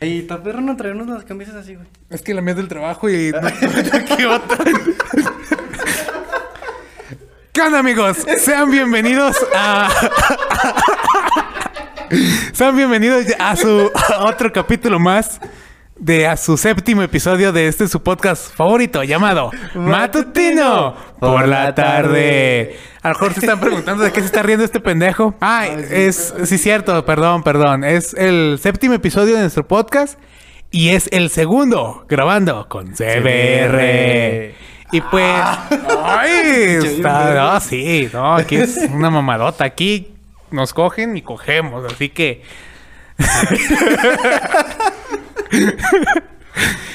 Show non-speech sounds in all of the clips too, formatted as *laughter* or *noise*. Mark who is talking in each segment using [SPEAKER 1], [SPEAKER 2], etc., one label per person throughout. [SPEAKER 1] está perro no traernos las camisas así, güey.
[SPEAKER 2] Es que la mía es del trabajo y. no-
[SPEAKER 1] ¿Qué otra?
[SPEAKER 2] ¿Qué onda, amigos? Sean bienvenidos a. Sean bienvenidos a su a otro capítulo más de a su séptimo episodio de este su podcast favorito llamado Matutino por la tarde. A lo mejor se están preguntando de qué se está riendo este pendejo. Ay, es sí cierto, perdón, perdón. Es el séptimo episodio de nuestro podcast y es el segundo grabando con CBR. Y pues, ay, está, no, sí, no, aquí es una mamadota. Aquí nos cogen y cogemos, así que. *laughs*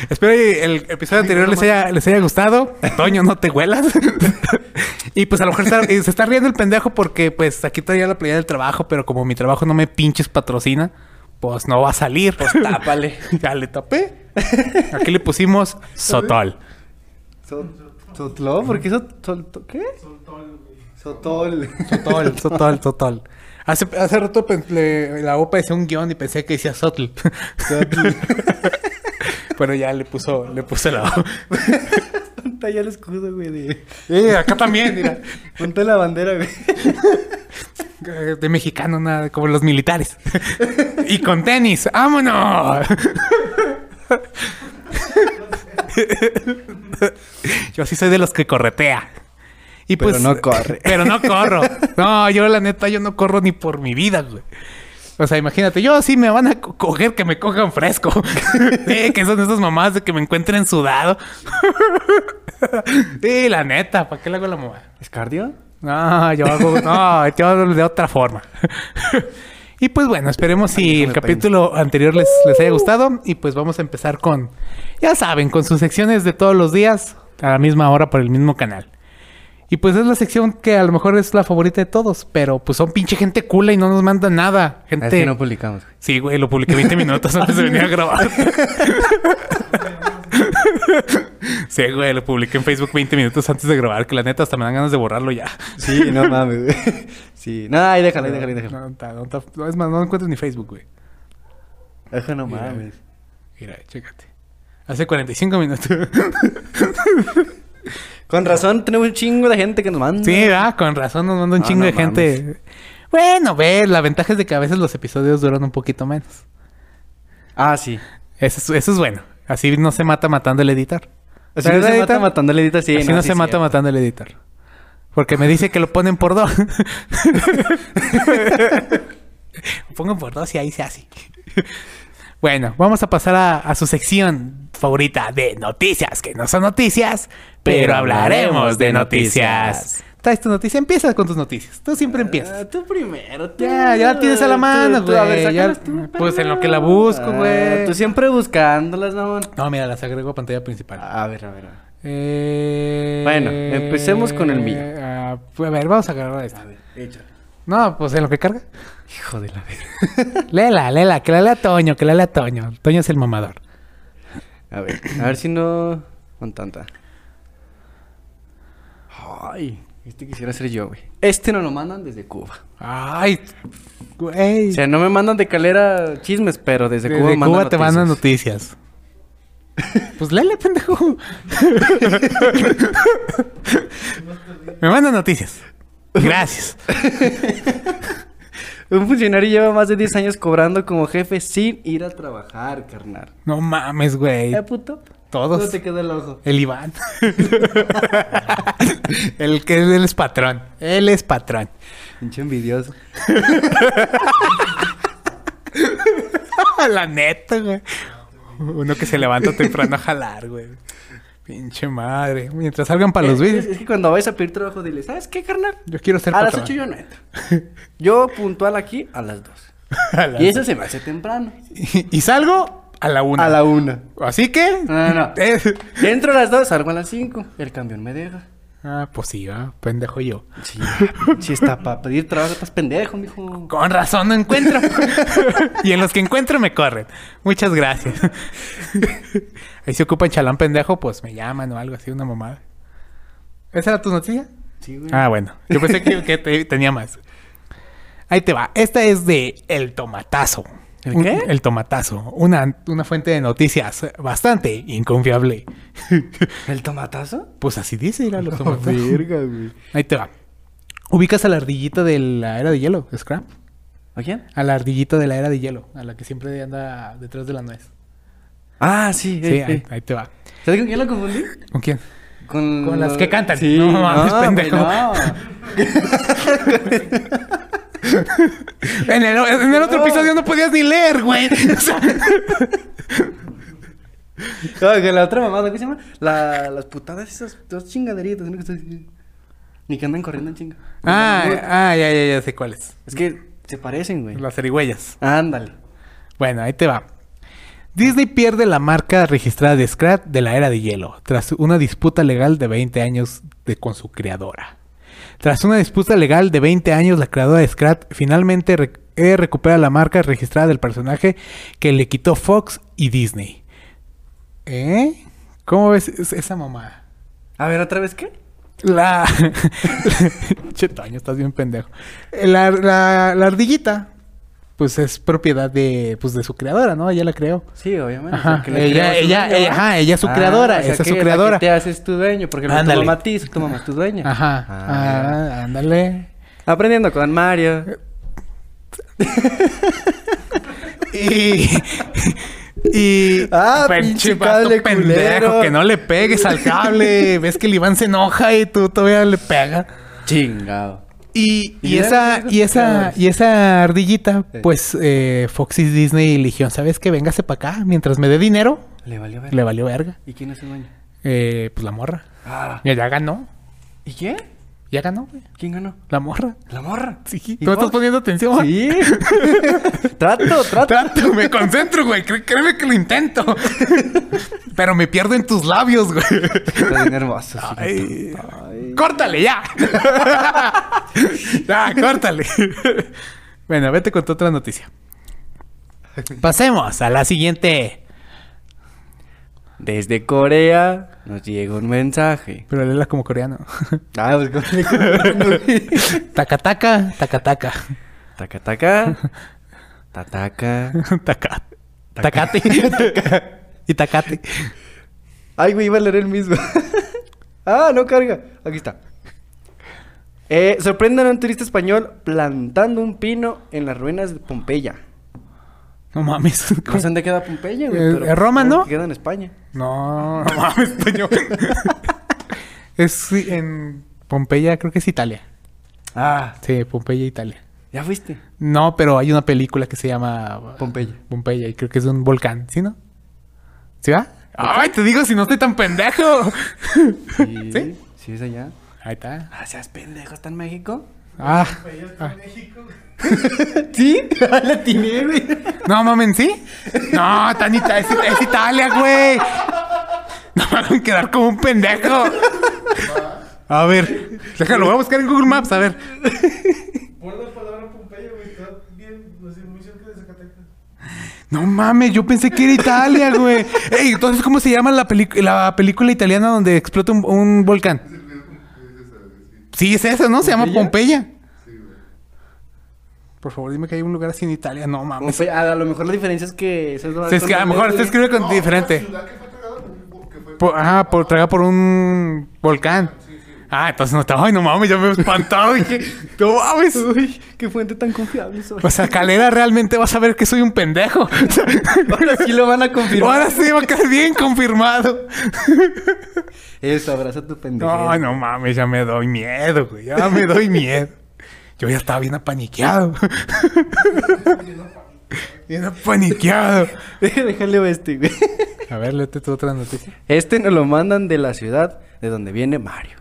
[SPEAKER 2] Espero y el episodio anterior les haya, les haya gustado. Toño, no te huelas. *laughs* y pues a lo mejor está- se está riendo el pendejo porque pues aquí traía la playa del trabajo, pero como mi trabajo no me pinches patrocina, pues no va a salir. Pues
[SPEAKER 1] Tápale.
[SPEAKER 2] *laughs* ya le tapé. Aquí le pusimos Sotol.
[SPEAKER 1] ¿Sotló? ¿Por qué sot, sol- ¿Qué? Sotol, güey. Sotol. *laughs*
[SPEAKER 2] Sotol, Sotol, Sotol. Hace, hace rato pen- le- la OPA decía un guión y pensé que decía Sotl. *laughs* Pero ya le puso, le puso la O.
[SPEAKER 1] Ponte allá el escudo, güey. De...
[SPEAKER 2] Eh, acá también, mira.
[SPEAKER 1] *laughs* Ponte la bandera, *laughs* güey.
[SPEAKER 2] Eh, De mexicano, nada, como los militares. *laughs* y con tenis, ¡vámonos! *laughs* yo sí soy de los que corretea. Y
[SPEAKER 1] Pero
[SPEAKER 2] pues,
[SPEAKER 1] no corre.
[SPEAKER 2] *laughs* Pero no corro. No, yo la neta, yo no corro ni por mi vida, güey. O sea, imagínate, yo sí me van a co- coger que me cojan fresco. *laughs* Sí, que son esas mamás de que me encuentren sudado. *laughs* sí, la neta, ¿para qué le hago la mamá?
[SPEAKER 1] ¿Es cardio?
[SPEAKER 2] No, Ah, yo hago, no, yo hago de otra forma. *laughs* y pues bueno, esperemos si el
[SPEAKER 1] déjame
[SPEAKER 2] capítulo anterior les, les haya gustado. Y pues vamos a empezar con, ya saben, con sus secciones de todos los días, a la misma hora por el mismo canal. Y pues es la sección que a lo mejor es la favorita de todos, pero pues son pinche gente cula y no nos mandan nada. Gente.
[SPEAKER 1] Ah, Es que no publicamos, güey.
[SPEAKER 2] Sí, güey, lo publiqué 20 minutos antes de venir a grabar. sí, güey, lo publiqué en Facebook 20 minutos antes de grabar, que la neta hasta me dan ganas de borrarlo ya.
[SPEAKER 1] Sí, no mames, güey. *laughs* Sí. No, ahí déjala, ahí déjala, ahí déjala.
[SPEAKER 2] No, ta- no ta- no, es más, no encuentro ni Facebook, güey.
[SPEAKER 1] Deja, no mames.
[SPEAKER 2] Mira, chécate. Hace 45 minutos. *laughs*
[SPEAKER 1] Con razón, tenemos un chingo de gente que nos manda.
[SPEAKER 2] sí, ¿verdad? con razón nos manda un
[SPEAKER 1] Ah,
[SPEAKER 2] chingo
[SPEAKER 1] no
[SPEAKER 2] de gente. Bueno, ve, la ventaja es de que a veces los episodios duran un poquito menos.
[SPEAKER 1] Ah, sí.
[SPEAKER 2] Eso es, eso es bueno. Así no se mata matando el editor.
[SPEAKER 1] Así no
[SPEAKER 2] ¿Verdad,
[SPEAKER 1] se mata
[SPEAKER 2] editor?
[SPEAKER 1] matando el editor, sí.
[SPEAKER 2] Así no,
[SPEAKER 1] sí,
[SPEAKER 2] se
[SPEAKER 1] sí,
[SPEAKER 2] mata
[SPEAKER 1] sí.
[SPEAKER 2] matando el editor. Porque me dice que lo ponen por dos. *laughs* Lo Pongan por dos y ahí se hace. Bueno, vamos a pasar a, a su sección favorita de noticias, que no son noticias, pero hablaremos de noticias. Traes tu noticia, empieza con tus noticias. Tú siempre empiezas.
[SPEAKER 1] Ah, tú primero, tú.
[SPEAKER 2] Ya, ya la tienes a la
[SPEAKER 1] Tú,
[SPEAKER 2] mano,
[SPEAKER 1] tú, a
[SPEAKER 2] güey,
[SPEAKER 1] ver,
[SPEAKER 2] ya-
[SPEAKER 1] sácalas tú,
[SPEAKER 2] pues, en lo que
[SPEAKER 1] perro.
[SPEAKER 2] la busco, güey.
[SPEAKER 1] Ah, Tú siempre buscándolas, mamón.
[SPEAKER 2] No, mira, las agrego a pantalla principal.
[SPEAKER 1] A ver, a ver. a ver.
[SPEAKER 2] Eh,
[SPEAKER 1] Bueno, empecemos con el mío.
[SPEAKER 2] ah, pues, a ver, vamos a agarrar esta.
[SPEAKER 1] A ver, échale.
[SPEAKER 2] No, pues en lo que carga.
[SPEAKER 1] Hijo de la verga.
[SPEAKER 2] *laughs* Lela, Lela, que la lea Toño, que la lea Toño. Toño es el mamador.
[SPEAKER 1] A ver, a ver si no. Con tanta. Ay, este quisiera ser yo, güey. Este no lo mandan desde Cuba.
[SPEAKER 2] Ay, güey.
[SPEAKER 1] O sea, no me mandan de calera chismes, pero desde,
[SPEAKER 2] Desde
[SPEAKER 1] Cuba,
[SPEAKER 2] Cuba,
[SPEAKER 1] mandan
[SPEAKER 2] te mandan noticias. pues lele, pendejo. *laughs* Me mandan noticias. Gracias.
[SPEAKER 1] Un funcionario lleva más de 10 años cobrando como jefe sin ir a trabajar, carnal.
[SPEAKER 2] No mames, güey.
[SPEAKER 1] ¿Eh, puto?
[SPEAKER 2] Todos.
[SPEAKER 1] No te queda el ojo.
[SPEAKER 2] El Iván. *laughs* el que él es patrón. Él es patrón.
[SPEAKER 1] Pinche envidioso.
[SPEAKER 2] Ah, La neta, güey. Uno que se levanta temprano a jalar, güey. Pinche madre. Mientras salgan para los
[SPEAKER 1] Eh, es,
[SPEAKER 2] vídeos.
[SPEAKER 1] es que cuando vais a pedir trabajo, dile, ¿sabes qué, carnal?
[SPEAKER 2] Yo quiero ser
[SPEAKER 1] A las
[SPEAKER 2] patrón.
[SPEAKER 1] 8 yo no entro. Yo puntual aquí a las 2.
[SPEAKER 2] *laughs* A las-
[SPEAKER 1] Y eso se me hace temprano.
[SPEAKER 2] y, y salgo a la una.
[SPEAKER 1] A la 1.
[SPEAKER 2] Así que.
[SPEAKER 1] No, no, no.
[SPEAKER 2] eh,
[SPEAKER 1] Entro a las 2, salgo a las 5. El camión me deja.
[SPEAKER 2] Ah, pues sí, ¿verdad? pendejo yo.
[SPEAKER 1] Sí, sí está para pedir trabajo, estás pendejo, mijo.
[SPEAKER 2] Con razón no encuentro. *laughs* y en los que encuentro me corren. Muchas gracias. *laughs* Ahí se ocupan chalán pendejo, pues me llaman o algo así, una mamada. ¿Esa era tu noticia?
[SPEAKER 1] Sí, güey.
[SPEAKER 2] Ah, bueno. Yo pensé que, que te- tenía más. Ahí te va. Esta es de El Tomatazo.
[SPEAKER 1] ¿El
[SPEAKER 2] Un-
[SPEAKER 1] qué?
[SPEAKER 2] el tomatazo. Una, una fuente de noticias bastante inconfiable. *laughs*
[SPEAKER 1] ¿El tomatazo?
[SPEAKER 2] Pues así dice, era *laughs* los
[SPEAKER 1] Oh,
[SPEAKER 2] tomatazos.
[SPEAKER 1] verga, güey.
[SPEAKER 2] Ahí te va. Ubicas a la ardillita de la era de hielo, Scrap.
[SPEAKER 1] ¿A quién?
[SPEAKER 2] A la ardillita de la era de hielo, a la que siempre anda detrás de la nuez.
[SPEAKER 1] Ah, sí.
[SPEAKER 2] Sí,
[SPEAKER 1] eh,
[SPEAKER 2] ahí,
[SPEAKER 1] eh.
[SPEAKER 2] ahí te va.
[SPEAKER 1] ¿Sabes con quién lo confundí?
[SPEAKER 2] ¿Con quién?
[SPEAKER 1] Con,
[SPEAKER 2] Con las que cantan.
[SPEAKER 1] Sí,
[SPEAKER 2] No mames,
[SPEAKER 1] güey,
[SPEAKER 2] pendejo.
[SPEAKER 1] no.
[SPEAKER 2] *laughs* *laughs* En el, en el otro
[SPEAKER 1] No.
[SPEAKER 2] episodio no podías ni leer, güey. *laughs* O sea,
[SPEAKER 1] *laughs* No, que la otra mamada, ¿qué se llama? La- las putadas esas, dos chingaderitas. ¿no? Que están- Ni que andan corriendo en chinga.
[SPEAKER 2] ah, ah, ya, ya, ya sé cuáles.
[SPEAKER 1] Es que se parecen, güey.
[SPEAKER 2] Las zarigüeyas.
[SPEAKER 1] Ándale.
[SPEAKER 2] Bueno, ahí te va. Disney pierde la marca registrada de Scrat de la era de hielo, tras una disputa legal de 20 años de- con su creadora. Tras una disputa legal de 20 años, la creadora de Scrat finalmente rec- eh, recupera la marca registrada del personaje que le quitó Fox y Disney. ¿Eh? ¿Cómo ves es- esa mamá?
[SPEAKER 1] A ver, ¿otra vez qué?
[SPEAKER 2] La... *laughs* che, Toño, estás bien pendejo. La, la- la ardillita, pues es propiedad de, pues, de su creadora, ¿no? Ella la creó.
[SPEAKER 1] Sí, obviamente.
[SPEAKER 2] Ajá,
[SPEAKER 1] o sea, que le
[SPEAKER 2] ella-
[SPEAKER 1] creas un
[SPEAKER 2] ella-
[SPEAKER 1] dueño,
[SPEAKER 2] ella-
[SPEAKER 1] ¿va?
[SPEAKER 2] ajá, ella es su creadora, esa es su
[SPEAKER 1] que la
[SPEAKER 2] creadora.
[SPEAKER 1] que te haces tu dueño, porque no es tu
[SPEAKER 2] Ándale.
[SPEAKER 1] mamá a ti, tu mamá es tu dueña.
[SPEAKER 2] Ajá.
[SPEAKER 1] Ah,
[SPEAKER 2] Ah, ándale.
[SPEAKER 1] Aprendiendo con Mario.
[SPEAKER 2] Y. *laughs* y
[SPEAKER 1] Ah,
[SPEAKER 2] Pe-
[SPEAKER 1] pinche
[SPEAKER 2] che, vato
[SPEAKER 1] cable culero.
[SPEAKER 2] Que no le pegues al *laughs* cable. Ves que el Iván se enoja y tú todavía le pegas.
[SPEAKER 1] Chingado.
[SPEAKER 2] Y, y
[SPEAKER 1] Y ya
[SPEAKER 2] esa,
[SPEAKER 1] tenemos
[SPEAKER 2] y esa,
[SPEAKER 1] pecadores.
[SPEAKER 2] y esa ardillita,
[SPEAKER 1] Sí.
[SPEAKER 2] pues eh, Foxy Disney eligió, ¿sabes qué? Véngase para acá, mientras me dé dinero,
[SPEAKER 1] Le valió ver.
[SPEAKER 2] le valió verga.
[SPEAKER 1] ¿Y quién es el dueño?
[SPEAKER 2] Eh, pues la morra.
[SPEAKER 1] Ah.
[SPEAKER 2] Ya, ya ganó,
[SPEAKER 1] ¿Y qué?
[SPEAKER 2] ya ganó, güey.
[SPEAKER 1] ¿Quién ganó?
[SPEAKER 2] La morra.
[SPEAKER 1] La morra.
[SPEAKER 2] Sí.
[SPEAKER 1] ¿Y
[SPEAKER 2] ¿Tú me estás
[SPEAKER 1] vos?
[SPEAKER 2] poniendo atención?
[SPEAKER 1] Sí.
[SPEAKER 2] *laughs*
[SPEAKER 1] *laughs* trato, trato.
[SPEAKER 2] Trato, me concentro, güey. Cre- Créeme que lo intento. *laughs* Pero me pierdo en tus labios, güey.
[SPEAKER 1] Está bien hermoso. sí.
[SPEAKER 2] Ay. ¡Córtale ya! *laughs* ya, córtale. bueno, vete con tu otra noticia. Pasemos a la siguiente.
[SPEAKER 1] Desde Corea nos llega un mensaje.
[SPEAKER 2] Pero léela como coreano.
[SPEAKER 1] Ah, pues con
[SPEAKER 2] Taca, taca, taca, *laughs* taca.
[SPEAKER 1] *laughs* Taca, taca. Tataca.
[SPEAKER 2] Taca. Tacate. *laughs* y tacate.
[SPEAKER 1] Ay, güey, iba a leer el mismo. *laughs* ah, no carga. Aquí está. Eh, sorprenden a un turista español plantando un pino en las ruinas de Pompeya.
[SPEAKER 2] No mames.
[SPEAKER 1] No sé dónde queda Pompeya, güey.
[SPEAKER 2] Eh,
[SPEAKER 1] pero
[SPEAKER 2] eh, Roma,
[SPEAKER 1] supongo
[SPEAKER 2] ¿no?
[SPEAKER 1] que Queda en España.
[SPEAKER 2] No, no mames, Toño. es sí, en Pompeya, creo que es Italia.
[SPEAKER 1] Ah,
[SPEAKER 2] Sí, Pompeya, Italia.
[SPEAKER 1] ya fuiste.
[SPEAKER 2] No, pero hay una película que se llama ah,
[SPEAKER 1] Pompeya.
[SPEAKER 2] Pompeya y creo que es de un volcán, ¿sí no? ¿Sí va? Ay, te digo si no estoy tan pendejo.
[SPEAKER 1] Sí,
[SPEAKER 2] ¿Sí?
[SPEAKER 1] sí, es allá.
[SPEAKER 2] Ahí está.
[SPEAKER 1] Ah, seas pendejo, está en México.
[SPEAKER 2] Ah. ah.
[SPEAKER 1] *laughs* ¿Sí? *laughs* La tiene, güey.
[SPEAKER 2] No mamen, ¿sí? No, Tanita, es, es Italia, güey. No me van a quedar como un pendejo. A ver, déjalo, voy a buscar en Google Maps, a ver.
[SPEAKER 3] Guarda la palabra Pompeya, güey. Está bien, no sé, muy cerca de Zacatecas.
[SPEAKER 2] No mames, yo pensé que era Italia, güey. Ey, entonces, ¿cómo se llama la, pelic- la película italiana donde explota un, un volcán? Sí, es esa, ¿no? Se llama Pompeya. Por favor, dime que hay un lugar así en Italia. No mames.
[SPEAKER 1] Pompeya, a lo mejor la diferencia es que... se
[SPEAKER 2] Se escri- a lo mejor se escribe con diferente.
[SPEAKER 3] La que fue tragada por un que fue
[SPEAKER 2] Por- ajá, por, tragada por un volcán. Ah, entonces no estaba. Ay, no mames, ya me he espantado. *laughs* Dije, no mames.
[SPEAKER 1] Uy, qué fuente tan confiable
[SPEAKER 2] *laughs*
[SPEAKER 1] soy.
[SPEAKER 2] O sea, Calera realmente vas a ver que soy un pendejo. *laughs*
[SPEAKER 1] Ahora sí lo van a confirmar.
[SPEAKER 2] Ahora sí va a quedar bien confirmado.
[SPEAKER 1] Eso, abraza tu pendejo.
[SPEAKER 2] No, no mames, ya me doy miedo, güey. Ya me doy miedo. Yo ya estaba bien apaniqueado. bien apaniqueado.
[SPEAKER 1] *laughs* Déjale este, güey.
[SPEAKER 2] A ver, léete tu otra noticia.
[SPEAKER 1] Este nos lo mandan de la ciudad de donde viene Mario.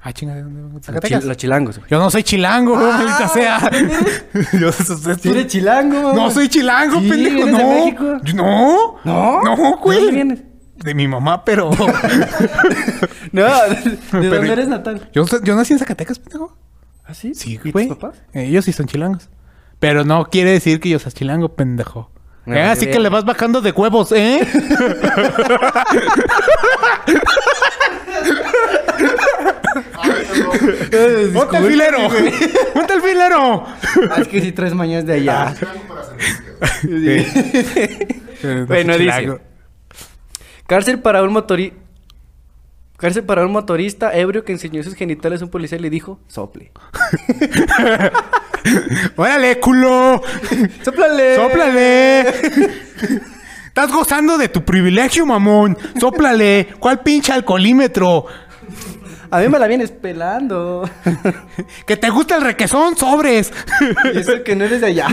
[SPEAKER 2] Ah, chinga, ¿de dónde?
[SPEAKER 1] Los,
[SPEAKER 2] ¿Zacatecas?
[SPEAKER 1] chil- los chilangos, güey.
[SPEAKER 2] Yo no soy chilango, maldita sea. Ah. *laughs* Yo
[SPEAKER 1] ¿Tú eres chilango, mamá?
[SPEAKER 2] pues, No soy chilango,
[SPEAKER 1] Sí,
[SPEAKER 2] pendejo,
[SPEAKER 1] eres
[SPEAKER 2] no.
[SPEAKER 1] de México.
[SPEAKER 2] Yo- no.
[SPEAKER 1] ¿No?
[SPEAKER 2] No,
[SPEAKER 1] ¿De
[SPEAKER 2] güey.
[SPEAKER 1] dónde vienes?
[SPEAKER 2] De mi mamá, *laughs* pero.
[SPEAKER 1] No, ¿de
[SPEAKER 2] Pero-
[SPEAKER 1] dónde eres natal?
[SPEAKER 2] yo, yo nací en Zacatecas, pendejo.
[SPEAKER 1] ¿Ah, sí?
[SPEAKER 2] Sí,
[SPEAKER 1] ¿Y
[SPEAKER 2] güey.
[SPEAKER 1] tus papás?
[SPEAKER 2] Ellos sí son chilangos. Pero no quiere decir que yo sea chilango, pendejo.
[SPEAKER 1] Me
[SPEAKER 2] Eh,
[SPEAKER 1] vale
[SPEAKER 2] así que
[SPEAKER 1] verga.
[SPEAKER 2] le vas bajando de huevos, *laughs* ¿eh? ¡Ponte el filero! *laughs* ¡Ponte el filero! *laughs*
[SPEAKER 1] Ah, es que sí traes mañas de allá.
[SPEAKER 3] Chilango para San Francisco.
[SPEAKER 1] *laughs* Bueno, dice.
[SPEAKER 2] Chilango.
[SPEAKER 1] Cárcel para un motorista. Cárcel para un motorista ebrio que enseñó sus genitales a un policía y le dijo, sople.
[SPEAKER 2] ¡Órale, culo!
[SPEAKER 1] ¡Sóplale!
[SPEAKER 2] ¡Sóplale! *laughs* Estás gozando de tu privilegio, mamón. ¡Sóplale! ¿Cuál pinche alcoholímetro? *laughs*
[SPEAKER 1] A mí me la vienes *laughs* pelando.
[SPEAKER 2] ¿Que te gusta el requesón? *laughs* ¡Sobres!
[SPEAKER 1] y eso que no eres de allá. *laughs*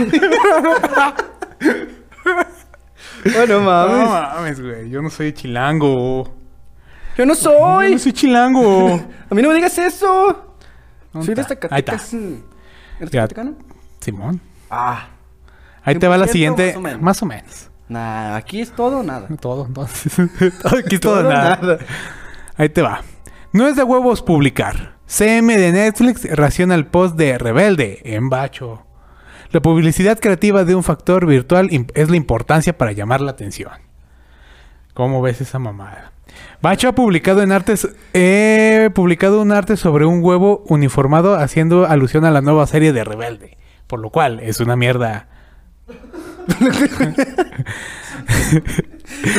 [SPEAKER 1] bueno, mames.
[SPEAKER 2] No mames, güey. Yo no soy chilango.
[SPEAKER 1] Yo no
[SPEAKER 2] Yo
[SPEAKER 1] soy.
[SPEAKER 2] no soy chilango.
[SPEAKER 1] A mí no me digas eso.
[SPEAKER 2] ¿Dónde
[SPEAKER 1] Soy de
[SPEAKER 2] está?
[SPEAKER 1] Zacatecas.
[SPEAKER 2] Ahí
[SPEAKER 1] ¿Eres
[SPEAKER 2] Ya.
[SPEAKER 1] zacatecano?
[SPEAKER 2] *laughs* Simón.
[SPEAKER 1] Ah.
[SPEAKER 2] Ahí te va la
[SPEAKER 1] 100%
[SPEAKER 2] siguiente.
[SPEAKER 1] más o menos.
[SPEAKER 2] Más o menos.
[SPEAKER 1] Nah, aquí es todo o nada.
[SPEAKER 2] Todo, entonces. *laughs* Todo, aquí es todo,
[SPEAKER 1] Todo o
[SPEAKER 2] nada. Ahí te va. No es de huevos publicar. CM de Netflix raciona el post de Rebelde en Bacho. La publicidad creativa de un factor virtual im- es la importancia para llamar la atención. ¿Cómo ves esa mamada? Bacho ha publicado en artes eh, publicado un arte sobre un huevo uniformado haciendo alusión a la nueva serie de Rebelde, por lo cual es una mierda.
[SPEAKER 1] *laughs*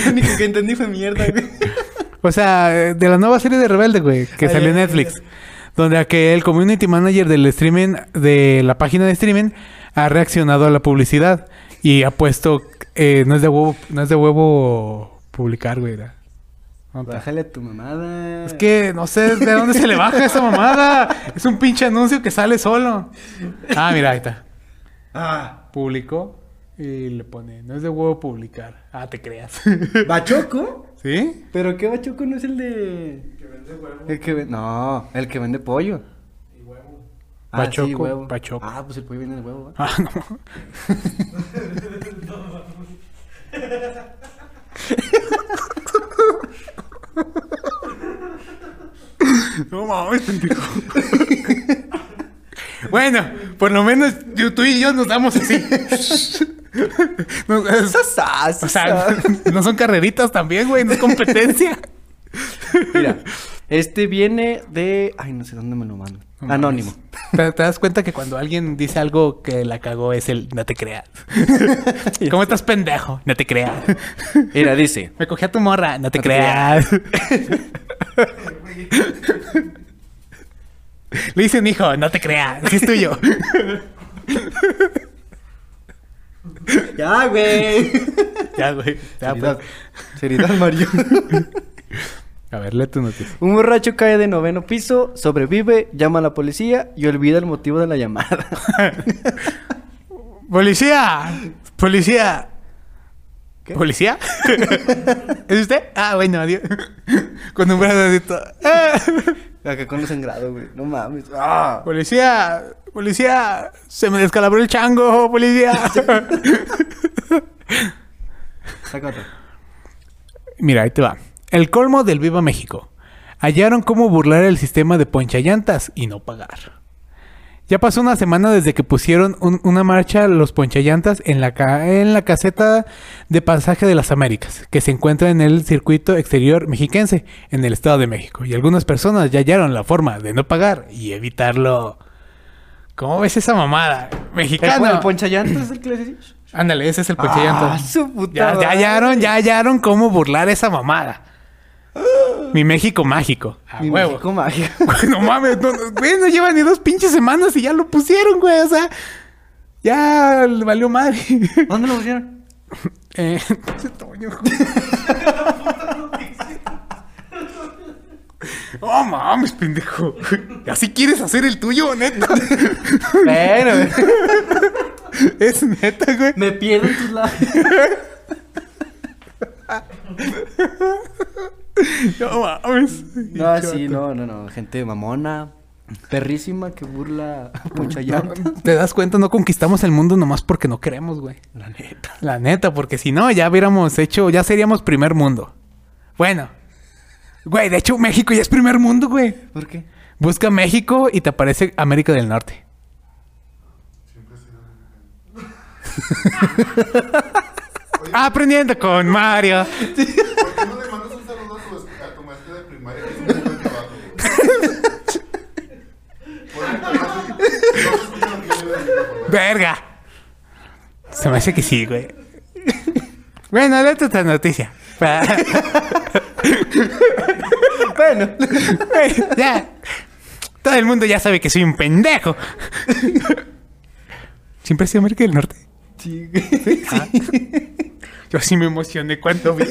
[SPEAKER 1] Lo único que entendí fue mierda, güey.
[SPEAKER 2] O sea, eh, de la nueva serie de Rebelde, güey, que
[SPEAKER 1] Ah,
[SPEAKER 2] salió
[SPEAKER 1] ya,
[SPEAKER 2] en
[SPEAKER 1] ya,
[SPEAKER 2] Netflix. Donde a que el community manager del streaming, de la página de streaming, ha reaccionado a la publicidad y ha puesto, eh, no es de huevo, no es de huevo publicar, güey. era. ¿Dónde está?
[SPEAKER 1] Bájale a tu mamada.
[SPEAKER 2] Es que no sé de dónde se le baja esa mamada. Es un pinche anuncio que sale solo. Ah, mira, ahí está.
[SPEAKER 1] Ah,
[SPEAKER 2] Publicó y le pone, no es de huevo publicar. Ah, te creas. *laughs*
[SPEAKER 1] ¿Bachoco?
[SPEAKER 2] ¿Sí?
[SPEAKER 1] ¿Pero qué bachoco no es el de...?
[SPEAKER 3] Que vende huevo
[SPEAKER 1] El que ve- No, el que vende pollo.
[SPEAKER 3] y huevo.
[SPEAKER 1] Ah, sí,
[SPEAKER 2] Bachoco,
[SPEAKER 1] huevo.
[SPEAKER 2] bachoco.
[SPEAKER 1] Ah, pues el pollo viene el huevo, ¿va?
[SPEAKER 2] Ah, no. No mames, pendejo. Bueno, por lo menos yo- tú y yo nos damos así. No, es-
[SPEAKER 1] Sasas,
[SPEAKER 2] o sea, no son carreritas también, güey, no es competencia.
[SPEAKER 1] *laughs* Mira, este viene de... Ay, no sé dónde me lo mando.
[SPEAKER 2] No *laughs*
[SPEAKER 1] Anónimo.
[SPEAKER 2] ¿Te, te das cuenta que cuando alguien dice algo que la cagó es el no te creas? *laughs* ¿Cómo estás pendejo? No te creas.
[SPEAKER 1] Mira, dice...
[SPEAKER 2] Me cogí a tu morra, no te
[SPEAKER 1] No te
[SPEAKER 2] creas. *laughs* Le hice un hijo, no te creas, sí es tuyo.
[SPEAKER 1] Ya, *laughs* güey.
[SPEAKER 2] ya, güey. Ya, pues.
[SPEAKER 1] Seriedad. Seriedad,
[SPEAKER 2] *laughs*
[SPEAKER 1] Mario.
[SPEAKER 2] A ver, lee tu noticia.
[SPEAKER 1] Un borracho cae de noveno piso, sobrevive, llama a la policía y olvida el motivo de la llamada.
[SPEAKER 2] *laughs* ¡Policía! ¡Policía!
[SPEAKER 1] ¿Qué?
[SPEAKER 2] *laughs* ¿Policía? ¿Es usted? Ah, bueno, adiós. Con un brazo así todo. *laughs* ¡Eh!
[SPEAKER 1] Acá con los engrados, güey. No mames. ¡Ah!
[SPEAKER 2] Policía, policía, se me descalabró el chango, policía. *laughs*
[SPEAKER 1] Saca otro.
[SPEAKER 2] Mira, ahí te va. El colmo del Viva México. Hallaron cómo burlar el sistema de ponchallantas y no pagar. Ya pasó una semana desde que pusieron un- una marcha los ponchallantas en la, ca- en la caseta de pasaje de las Américas, que se encuentra en el circuito exterior mexiquense, en el Estado de México. Y algunas personas ya hallaron la forma de no pagar y evitarlo. ¿Cómo ves esa mamada?
[SPEAKER 1] El,
[SPEAKER 2] Mexicano.
[SPEAKER 1] pon- el ponchallantas es el que le decía.
[SPEAKER 2] Ándale, ese es el
[SPEAKER 1] Ah,
[SPEAKER 2] ponchallantas.
[SPEAKER 1] su puta
[SPEAKER 2] Ya, ya
[SPEAKER 1] madre.
[SPEAKER 2] hallaron, ya hallaron cómo burlar esa mamada. Mi México mágico. A
[SPEAKER 1] Mi
[SPEAKER 2] Ah, huevo.
[SPEAKER 1] México magia.
[SPEAKER 2] *laughs* Güey, no mames, no, no, güey, no lleva ni dos pinches semanas y ya lo pusieron, güey. O sea, ya le valió madre. *laughs*
[SPEAKER 1] ¿Dónde lo pusieron?
[SPEAKER 2] Eh, ese Toño, güey. *laughs* Oh, mames, pendejo. ¿Así quieres hacer el tuyo, neta? *laughs*
[SPEAKER 1] Bueno, güey.
[SPEAKER 2] Es neta, güey.
[SPEAKER 1] *laughs* me pierdo en tus labios.
[SPEAKER 2] No mames.
[SPEAKER 1] No, sí, no, no, no. Gente mamona, perrísima que burla a ponchallantas.
[SPEAKER 2] ¿Te das cuenta? No conquistamos el mundo nomás porque no queremos, güey.
[SPEAKER 1] La neta.
[SPEAKER 2] La neta, porque si no, ya hubiéramos hecho, ya seríamos primer mundo. Bueno. Güey, de hecho, México ya es primer mundo, güey.
[SPEAKER 1] ¿Por qué?
[SPEAKER 2] Busca México y te aparece América del Norte. *laughs* Aprendiendo con Mario.
[SPEAKER 4] ¿Por qué no le mandas un saludo a tu, a tu maestra de primaria? Que es un muy buen trabajo. Por ahí te vas a- no se escucha lo que yo le digo, por favor.
[SPEAKER 2] Verga. Se me hace que sí, güey. Bueno, la otra noticia. Ah. Pa-
[SPEAKER 1] Bueno, *laughs*
[SPEAKER 2] Güey, *laughs* ya. Todo el mundo ya sabe que soy un pendejo. Siempre he sido América del Norte. Ah.
[SPEAKER 1] sí, güey.
[SPEAKER 2] Yo sí me emocioné cuando vi.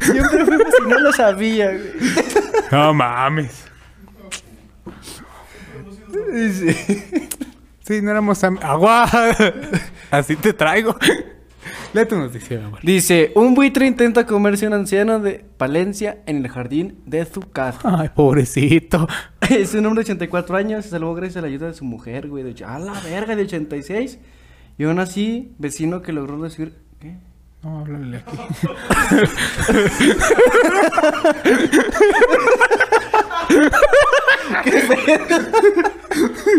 [SPEAKER 1] siempre fuimos y no lo sabía, güey.
[SPEAKER 2] No mames.
[SPEAKER 1] Sí.
[SPEAKER 2] Sí, no éramos am- agua. Así te traigo. Lee tu noticia, mi amor.
[SPEAKER 1] Dice, un buitre intenta comerse a un anciano de Palencia en el jardín de su casa.
[SPEAKER 2] Ay, pobrecito.
[SPEAKER 1] *laughs* Es un hombre de 84 años, se salvó gracias a la ayuda de su mujer, güey. De, och- a la verga, de 86. Y aún así, vecino que logró decir... ¿Qué?
[SPEAKER 2] No, háblale aquí.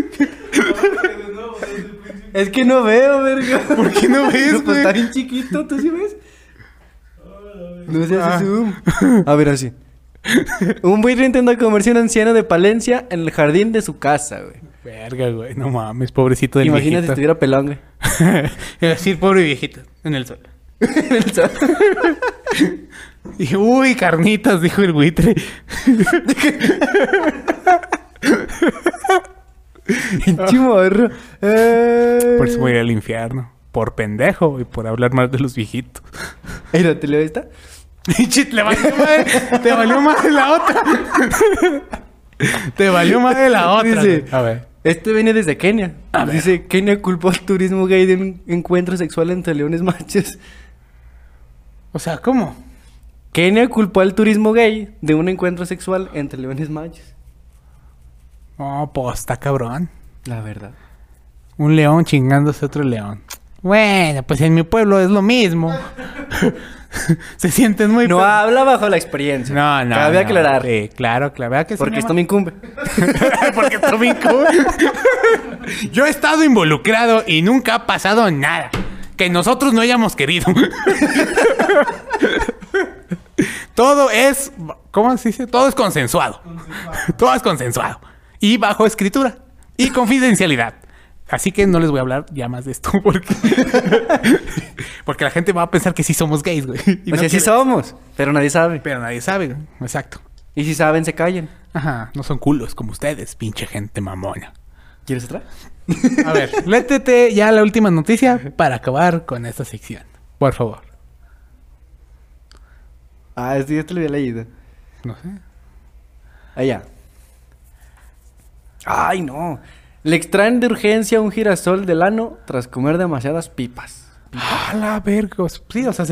[SPEAKER 3] De nuevo, desde el principio.
[SPEAKER 1] Es que no veo, *laughs* verga.
[SPEAKER 2] ¿Por qué no ves,
[SPEAKER 1] No, pues,
[SPEAKER 2] güey?
[SPEAKER 1] está bien chiquito, ¿tú sí ves? No se
[SPEAKER 2] Ah.
[SPEAKER 1] hace zoom. A ver, así. Un buitre intenta comerse a un anciano de Palencia en el jardín de su casa, güey.
[SPEAKER 2] Verga, güey. No mames, pobrecito del
[SPEAKER 1] Imagínate si
[SPEAKER 2] viejito.
[SPEAKER 1] estuviera pelón, güey.
[SPEAKER 2] *laughs* Iba a decir, pobre viejito, en el sol.
[SPEAKER 1] *laughs* En el *laughs* sol.
[SPEAKER 2] Y, uy, carnitas, dijo el buitre.
[SPEAKER 1] Pinche morro. Eh.
[SPEAKER 2] Por eso voy a ir al infierno. Por pendejo y por hablar mal de los viejitos.
[SPEAKER 1] Mira, ¿te leo esta?
[SPEAKER 2] *laughs* Y chit, le valió madre. Te valió madre la otra. Te valió madre la otra.
[SPEAKER 1] Dice-
[SPEAKER 2] güey. a ver.
[SPEAKER 1] Este viene desde Kenia. Dice, Kenia culpó al turismo gay de un encuentro sexual entre leones machos.
[SPEAKER 2] O sea, ¿cómo?
[SPEAKER 1] Kenia culpó al turismo gay de un encuentro sexual entre leones machos.
[SPEAKER 2] No, pues está cabrón.
[SPEAKER 1] La verdad.
[SPEAKER 2] Un león chingándose a otro león. Bueno, pues en mi pueblo es lo mismo. *laughs* Se sienten muy...
[SPEAKER 1] No
[SPEAKER 2] pe-
[SPEAKER 1] habla bajo la experiencia.
[SPEAKER 2] no, no.
[SPEAKER 1] Cabe
[SPEAKER 2] no. Eh,
[SPEAKER 1] aclarar.
[SPEAKER 2] Sí, claro, claro. ¿Verdad que sí,
[SPEAKER 1] porque
[SPEAKER 2] mi
[SPEAKER 1] esto
[SPEAKER 2] amor?
[SPEAKER 1] me incumbe.
[SPEAKER 2] Porque esto me incumbe. Yo he estado involucrado y nunca ha pasado nada que nosotros no hayamos querido. Todo es, ¿cómo se dice? Todo es consensuado. Todo es consensuado. Y bajo escritura. Y confidencialidad. Así que no les voy a hablar ya más de esto porque, porque la gente va a pensar que sí somos gays, güey. Y
[SPEAKER 1] o
[SPEAKER 2] no
[SPEAKER 1] sea, sí Pues
[SPEAKER 2] quiere-
[SPEAKER 1] somos, pero nadie sabe.
[SPEAKER 2] Pero nadie sabe, güey. Exacto.
[SPEAKER 1] Y si saben, se callan.
[SPEAKER 2] Ajá, no son culos como ustedes, pinche gente mamona.
[SPEAKER 1] ¿Quieres *laughs* otra?
[SPEAKER 2] A ver, létete ya la última noticia para acabar con esta sección. Por favor.
[SPEAKER 1] Ah, este ya te lo había leído.
[SPEAKER 2] No sé.
[SPEAKER 1] Allá. Ay, no. Le extraen de urgencia un girasol del ano tras comer demasiadas pipas.
[SPEAKER 2] A la vergos. Sí, o sea, se